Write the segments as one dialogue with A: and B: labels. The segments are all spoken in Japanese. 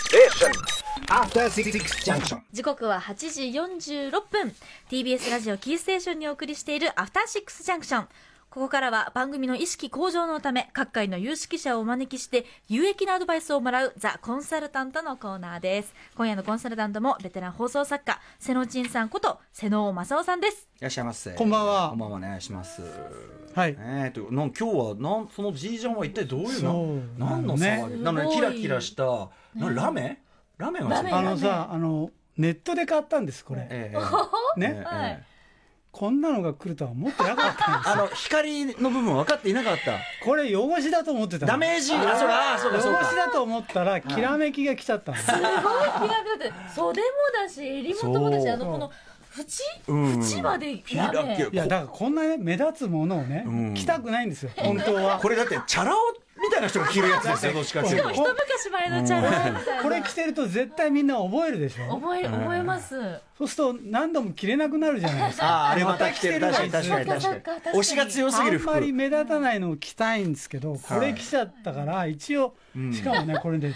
A: Station.
B: After Six Junction.
C: 時刻は8時46分 TBS ラジオキーステーションにお送りしている「アフターシックスジャンクション」ここからは番組の意識向上のため各界の有識者をお招きして有益なアドバイスをもらうザ・コンサルタントのコーナーです今夜のコンサルタントもベテラン放送作家瀬野陳さんこと瀬野正夫さんです
D: いらっしゃいませ。
E: こんばんは
D: こんばんはお願いします。
E: はい
D: ねえというなん今日はなんそのじいちゃんは一体どういう
E: そう
D: の何の騒ぎ、
C: ね
D: なのにキラキラした、なラメラメが
C: ラメ
E: あのさあのネットで買ったんですこれ
D: ええええええ
E: ね
C: はい
D: ええ
E: こんなのが来るとは思ってなかったんです
D: あの光の部分分かっていなかった。
E: これ汚しだと思ってたの
D: ダメージあそうかあそう
E: 汚
D: かそう
E: し
D: か。
E: だと思ったらきらめきが来ちゃったの
C: すごい気がだって袖もだし襟元もだし
D: そう
C: あのこの縁
D: うん
C: 縁まで
D: キラキラ
E: いやだからこんなね目立つものをね
D: うん
E: 着たくないんですよ本当は
D: これだってチャラ男みたいな人が着るやつですよ。どっちかっていうと
E: こ
C: 一昔前のチャラみたいな
E: これ着てると絶対みんな覚えるでしょ
C: 覚え覚えます
E: そうすると何度も着れなくなるじゃないですか
D: あああれまた着てる
E: ま
D: 確
E: た
D: か
E: 着てる
D: に確かに確
C: そっ
D: か
C: か
D: に
C: そっか確かに
D: 推しが強すぎ
E: あ
D: る
E: ん
D: 服
E: まり目立たないのを着たいんですけどこれ着ちゃったから一応
D: ん
E: しかもねこれで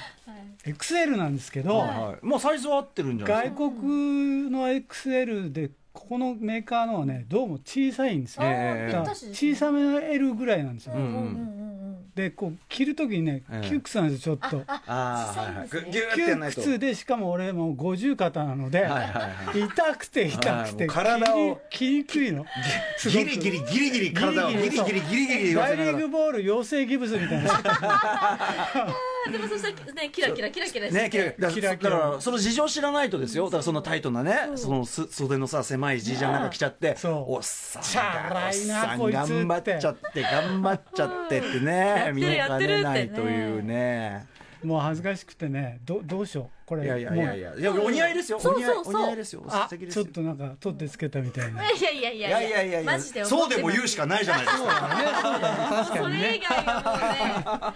E: XL なんですけど
D: はいはいもうサイズは合ってるんじゃないです
E: 外
D: か
E: 国の XL でここのメーカーのはねどうも小さいんですよ、
D: ええ
E: だから小さめの L ぐらいなんですよ、
D: うん
C: うんうんうん
E: でこう着る時にね、
D: ええ
E: 窮屈なんですよちょっと
D: ああ
C: 小さいですね
D: はいはいギューってや
E: 窮
D: んないと
E: 屈でしかも俺もう50肩なので、
D: はいはいはい
E: 痛くて痛く
D: はいもう
E: て
D: 体を
E: 着に着にくいのすご
D: ギ
E: く
D: リギリギリギリ体をギリギリギリギリギリ言わ
E: ダ
D: せ
E: イ
D: な
E: ビ
D: が
E: ン
D: ら
E: グボール妖精ギブスみたいな
C: でもそしたらねキラキラキラキラして
D: ねキラキラ
E: キラキ
D: だ
E: ラ
D: からその事情知らないとですよだからそんなタイトなねそのす袖のさ狭いじいちゃんなんか来ちゃって
E: そう
D: おっさんがおっ
E: チャラ
D: さ
E: いなんこいつって
D: 頑張っちゃって頑張っちゃってってね
C: うん
D: 見
C: や
D: 抜
C: っ
D: か
C: てる
D: ね
C: やっ
D: な
C: てるっ
D: い
C: てね
D: というね
E: もう恥ずかしくてねどどうしようこれ
D: いやいやいやい
E: もう
D: やいやお似合いですよ
C: そ
D: お
C: う
D: 似合い
C: そう
D: お
C: そう
D: 似合いですよ
E: あ
D: 素敵で
E: ち
D: す
E: ょ
D: よ
E: っとなんか取ってつけたみたいない
C: やいやい
D: い
C: や
D: やいやいやい
C: マジで
D: や
C: 思
D: そ
C: っ
D: う
C: て
D: で
C: ます
D: も言うしかないじゃないですか
C: それ以外 は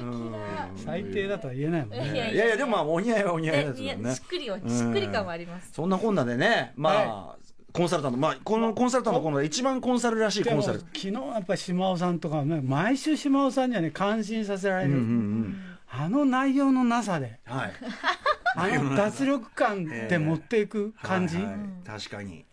C: もうね
E: 最低だとは言えないもん
C: いやいや
E: ね
D: いやいやでもまあお似合いはお似
C: キ
D: 合
C: ラ
D: いで
C: キ
D: す
C: ラ
D: よ
C: ね
D: ね
C: しっくりはしっくり感はあります
D: そんなこんなでね、まあ、コンサルタント、まあ、このコンサルタントのこの一番コンサルらしい
E: で
D: コ
E: も
D: ンサル
E: 昨。日やっぱ島尾さんとかね毎週島尾さんにはね感心させられ
D: う
E: る、
D: んうん
E: あの内容のなさで
D: うん。はい。
E: あの脱力感で持っていく 感じ、
D: はいはい確かに。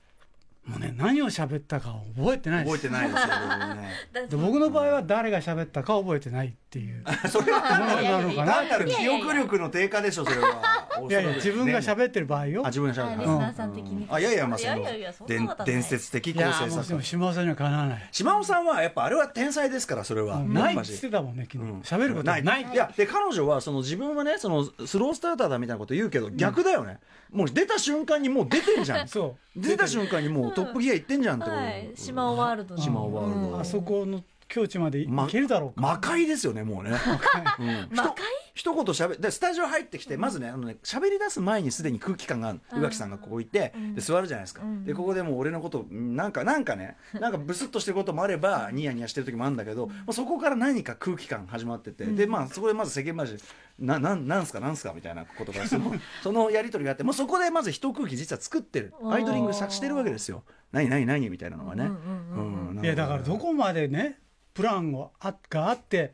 E: もうね何を喋ったか覚えてないで
D: 覚えて
E: す
D: ないですよ、僕もね。
E: で僕の場合は誰が喋ったか覚えてないっていう
D: それは
E: ものなのかな
D: 単なる記憶力の低下でしょ、それは。
E: いやいや自分が喋ってる場合よ
D: あ、自分が
C: あ
D: 喋
C: リ
D: る
C: ス
D: うん
C: ナーさん的に
D: あ、いやいや、まあ、
C: い
D: そ
C: やい
D: の
C: やいやそんな
D: 伝
C: ことはない
D: 伝説的
E: い
D: 構
E: や
D: 成
E: もうで
D: 作
E: も
D: 家。
E: 島尾さんにはかなわない、
D: 島尾さんは、やっぱあれは天才ですから、それは。
E: ない
D: やぱ
E: っつ
D: し
E: ってたもんね昨日
D: うん
E: 喋ることないない
D: いやで彼女はその自分はねそのスロースターターだみたいなこと言うけど逆だよね、もう出た瞬間にもう出てんじ ゃん
E: そ
D: 出た瞬間にもうトップギア行ってんじゃんってこと、
C: はい島尾ワールドの
D: 島尾ワールド
E: うあそこの境地まで行けるだろうか、
D: 魔界ですよねもうね、うん、
C: 魔界
D: ひと一言しゃべでスタジオ入ってきて、まずねあのね喋り出す前にすでに空気感がある宇垣さんがここいて、で座るじゃないですか、でここでもう俺のことなんかなんか ねなんかブスッとしてることもあればニヤニヤしてる時もあるんだけど、まあ、そこから何か空気感始まってて、でまあそこでまず世間話ななんなんすかなんすかみたいなことが そのそのやり取りがあってもうそこでまず一空気実は作ってるアイドリングさしてるわけですよ何何何みたいなのがね、うん
E: いやだからどこまでねプランをあがあって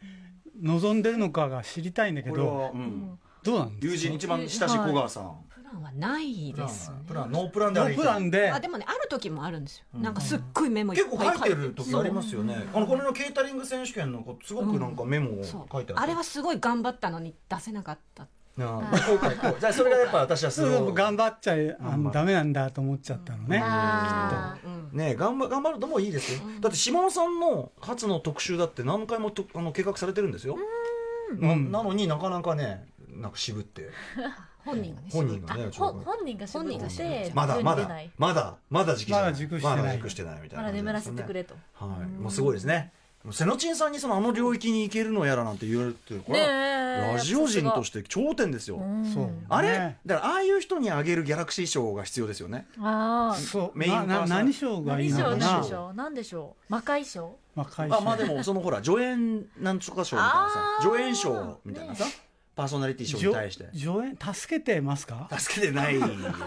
E: 望んでるのかが知りたいんだけ
D: これは
E: ど、
D: うん、
E: どうなんです
D: 友人一番親しい小川さん、
F: プランはないですね。
D: プランノープランで
E: か
D: 歩
E: ノ
D: いて
E: ープ
D: る
E: ランで
F: あでもねある時もあるんですよ。なんかすっごいメモいっ
D: 結
F: ぱい
D: 構書いてる
F: 書い
D: 時ありますよね、あのこれのケータリング選手権のこうすごくなんかメモを
F: そう
D: 書いてある、
F: あれはすごい頑張ったのに出せなかった。
D: なあ後悔後悔じゃあそれがやっぱ私はす
E: そ
D: ご
E: う
D: い
E: そう頑張っちゃいあ
D: 頑張
E: の
D: る
E: ダメなんだと思っちゃったのね
C: あー
F: うん。
D: ねえ頑張頑張るのもいいですよ、だって島尾さんの初の特集だって何回もとあの計画されてるんですよななのになかなかねなんか渋って
F: 本人がね。
D: 本人が
F: 知っ
D: ね
C: ほ本人が絞
F: 本人が
C: っ
F: 絞
C: て
D: まだま
C: 出な
D: だ
C: い
D: まだまだ時期じゃない
E: まだ熟してない
D: まだ熟してないみたい
C: ま
D: な
C: だ
D: 感じ
C: 眠
D: なん
C: ら
D: です
C: せ
D: よね、
C: てくれと
D: はいもうすごいですね瀬野珍さんにそのあの領域に行けるのやらなんて言われてるこれは
C: ねえ
D: ラジオ人として頂点ですよ、
C: うん
E: そう
D: あれ、
E: ね
D: だからああいう人にあげるギャラクシー賞が必要ですよね。
C: あー
E: そう
D: メインパー
E: な
D: ソナ
E: な何賞がいい
C: 何
E: の
C: 賞何
E: かな
C: でしょう何でしょう魔界賞
E: まあ会社
D: あまあでもそのほら助演なんとか賞みたいなさ
C: あー
D: 助演賞みたいなさ。パーソナリティショーに
E: 上
D: 対して
E: 上演助けてますか
D: 助けてないで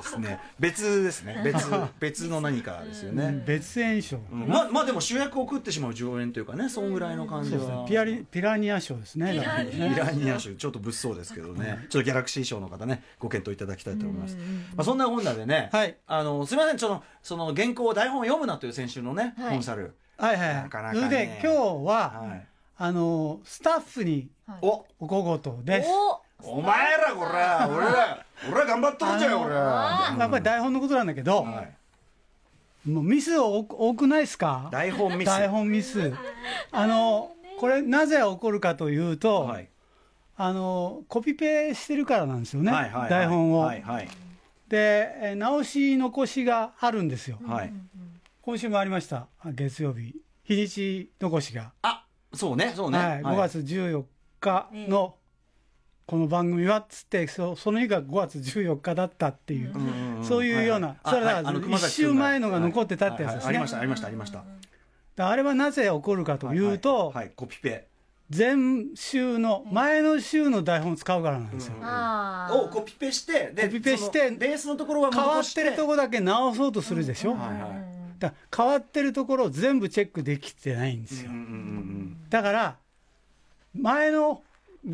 D: すね別ですね別別の何かですよね、
E: 別演賞、
D: うんままあでも主役を食ってしまう上演というかねそんぐらいの感じ
E: そうです
D: は
E: ねピアリピラニア賞ですね
C: ピラニア
D: イラニア州ちょっと物騒ですけどね、ちょっとギャラクシー賞の方ね、ご検討いただきたいと思います。まあ、そんな本なんでね、
E: はい
D: あのすみません、ちょっとその原稿、台本を読むなという先週のね、
C: はい
D: コンサル、
E: はいはいはい
D: なかなかね
E: それで今日は、
D: はい
E: あのスタッフに
D: お
E: お小言です
C: お
D: お前ら、これ、俺ら、俺ら頑張っとるじゃん、俺ら。
E: やっぱり台本のことなんだけど、
D: はい
E: もうミス多く多くないですか
D: 台本ミス。
E: 台本ミスあのこれなぜ起こるかというと、
D: はい
E: あのコピペしてるからなんですよね、
D: はいはいはい
E: 台本を、
D: はいはい
E: でえー直し残しがあるんですよ、
D: はい
E: 今週もありましたあ月曜日日にち残しが、
D: あそうね、そうね。
E: はい、5月14日のこの番組はっつってそその日が5月14日だったっていう、そういうような、それはだから一週前のが残ってたってやつです
D: はいは
E: ね、
D: いありました、ありました、ありました。
E: であれはなぜ起こるかというと、
D: はいはい、コピペ。
E: 前週の前の週の台本を使うからなんですよ、
C: あー
D: をコピペしてで
E: コピペして
D: そのベースのところは
E: 変わ
D: 戻
E: ってるとこだけ直そうとするでしょ、
D: はいはい
E: だから変わってるところを全部チェックできてないんですよ、
D: うんうんうん
E: だから前の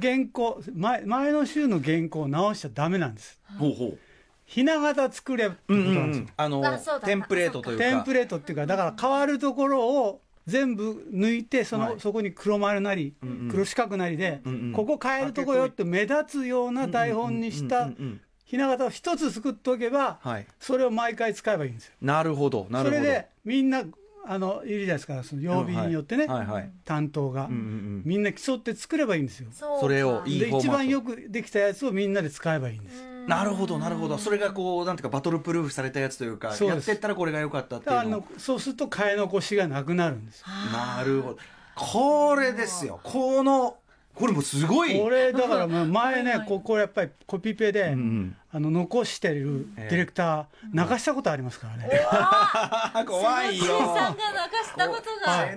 E: 原稿前前の週の原稿を直しちゃダメなんです
D: うんほうほう
E: ひな形作れってこと
D: うんう
E: な
D: ん
E: んで
D: う
E: すよ
D: ん、あの
C: あそうだった
D: テンプレートというか
E: テンプレートっていうかだから変わるところを全部抜いてその、
D: はい
E: そこに黒丸なり、
D: んうん
E: 黒四角なりで、
D: うんうん
E: ここ変えるとこよって目立つような台本にし
D: うん
E: た
D: うんうんうん
E: ひな形を一つ作っておけば、
D: はい
E: それを毎回使えばいいんですよ。
D: なるほどなる
E: そ
D: ほど
E: れでみんなあのいるじゃないですかその曜日によってね、
D: うんはいはいはい
E: 担当が、
D: うんうんうん
E: みんな競って作ればいいんですよ。
C: そうか
D: それをいい
E: で
D: フォーマット
E: 一番よくできたやつをみんなで使えばいいんです。
D: なるほどなるほどそれがこうなんていうかバトルプルーフされたやつというか
E: そう
D: や
E: で
D: っ
E: す
D: てったらこれが良かったって
E: だか
D: い
E: らあ
D: うの
E: のそうすると替え残しがなくなるんですよ。
D: なるほどこれですよこのこれもすごい
E: 俺だからまあ前ねここれやっぱりコピペで、
D: うんうん
E: あの残してるディレクター流したことありますからね、
D: あ怖いよ
C: 瀬野さんが流したこと
D: 瀬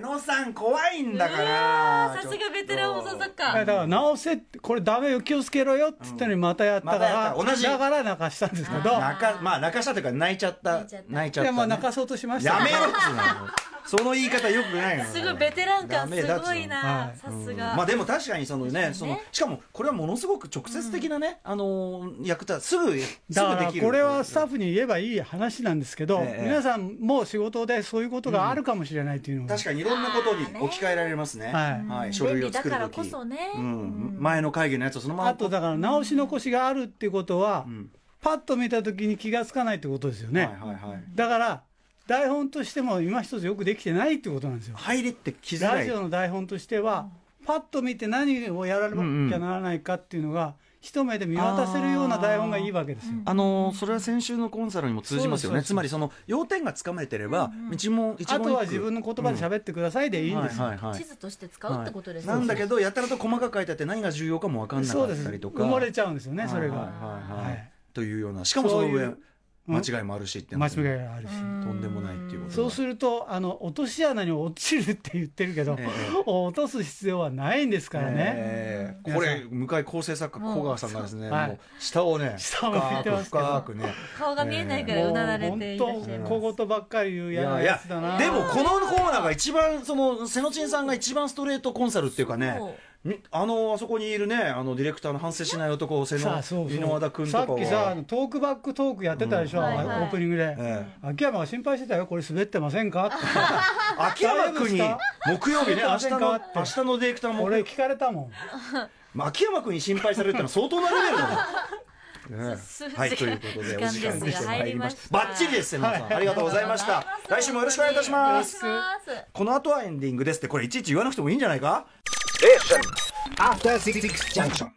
C: が
D: 野さん怖いんだか
C: あ
D: ら
C: ーさすがベテラン放送作
E: だ
C: 家
E: から直せってこれダメよ気をつけろよって言ったのにまたやったか
D: またや
E: ら、
D: った同じ
E: だから泣かしたんですけど
D: 泣かまあ泣かしたというか泣いちゃった
C: 泣いちゃった
D: 泣いち
E: い
D: ゃっ
E: やま
D: た
E: あ
D: ね
E: 泣かそうとしました
D: や
E: けど
D: めろっつうのその言い方よくないの
C: すごいベテラン感すごい
D: ダ
C: な
E: はい
C: さす
D: メだっつうのまあ
C: が
D: でも確かにそのねそのしかもこれはものすごく直接的なね、あのー役立つすぐすぐ
E: だか
D: で
E: ら
D: きる
E: これはスタッフに言えばいい話なんですけど、
D: ええ
E: 皆さんもう仕事でそういうことがあるかもしれないというのが、
D: 確かにいろんなことに置き換えられますね
E: はい
D: はい、書
C: 便
D: 類
C: 利
D: を
C: だ
D: 作
C: か
D: る
C: ら
D: と
C: こ
D: き、
C: そうね
D: ん、前の会議のやつをそのまま
E: あとだから直し残しがあるってことは、
D: ん
E: パッと見た時に気がつかないってことですよね、
D: はいはいはい
E: だから台本としても今一つよくできてないってことなんですよ
D: 入れって気づ
E: ラ
D: ら
E: ジ
D: い
E: オの台本としては、パッと見て何をやらなきゃならないかっていうのが、一目で見渡せるような台本がいいわけですよ。
D: あのーそれは先週のコンサルにも通じますよ
E: そうですそうで
D: ね
E: す
D: つまりその要点がつかめてれば、一問一問一
E: あ
D: 句
E: とは自分の言葉で喋ってくださいでいいんですよ。
D: はいはいはい
C: 地図として使うってことです
D: はいなんだけ
C: ど
D: どやたらと細かく書いてあって何が重要かも分かんな
E: そ
D: か
E: うで
D: っ
E: す。
D: たりとか
E: 埋もれちゃうんですよね、それ
D: はい
E: が。
D: はいはい
E: はい
D: というようなしかもその
E: そうい
D: 上
E: ううん
D: 間違いもあるしって
E: 間違
D: ないんで
E: があるし。
D: とんでもないっていうこと
E: そうすると、あの、落とし穴に落ちるって言ってるけど
D: ええ、
E: 落とす必要はないんですからね。
D: えーこれ向かい構成作家小川さんがですね
E: はい
D: もう下をね
E: 下を向いてますけど
D: 深く深くね
C: 顔が見えないくらいうなられていらっしゃいます
E: もう本当、小言ばっかり言う
D: い
E: や
D: や
E: ないや
D: や
E: つだな。
D: でもこのコーナーが一番その瀬野陳さんが一番ストレートコンサルっていうかねみあのあそこにいるねあのディレクターの反省しない男瀬
E: さ
D: 野
E: あそう
D: 井ノ和田
E: そ
D: 君
E: う
D: と
E: さ
D: か
E: っ
D: は
E: きさあのトークバックトークやってたでしょ、
C: うんはいはい
E: オープニングで、
D: え
E: 秋山が心配してたよこれ滑ってませんかって
D: 秋山君に
E: 大丈夫
D: 木曜日ね明
E: 大
D: 日
E: 丈夫
D: の
E: ですか
D: 明日のディレクターの木曜
E: 俺
D: 日
E: 聞かれたもん
D: まあ秋山君に心配されるってのは相当なレベルだ ねね
C: す
D: はい、ということで、お時
C: 時間
D: 間
C: ですが
D: が来てまいりまし
C: 入りました
D: た。バッチリです、瀬野さん、ありがとうございました。来週もよろしくお願いいたし
C: お願
D: ま
C: いし
D: す。
C: ます
D: この後はエンディングですって、これいちいち言わなくてもいいんじゃないか
B: After Six Junction.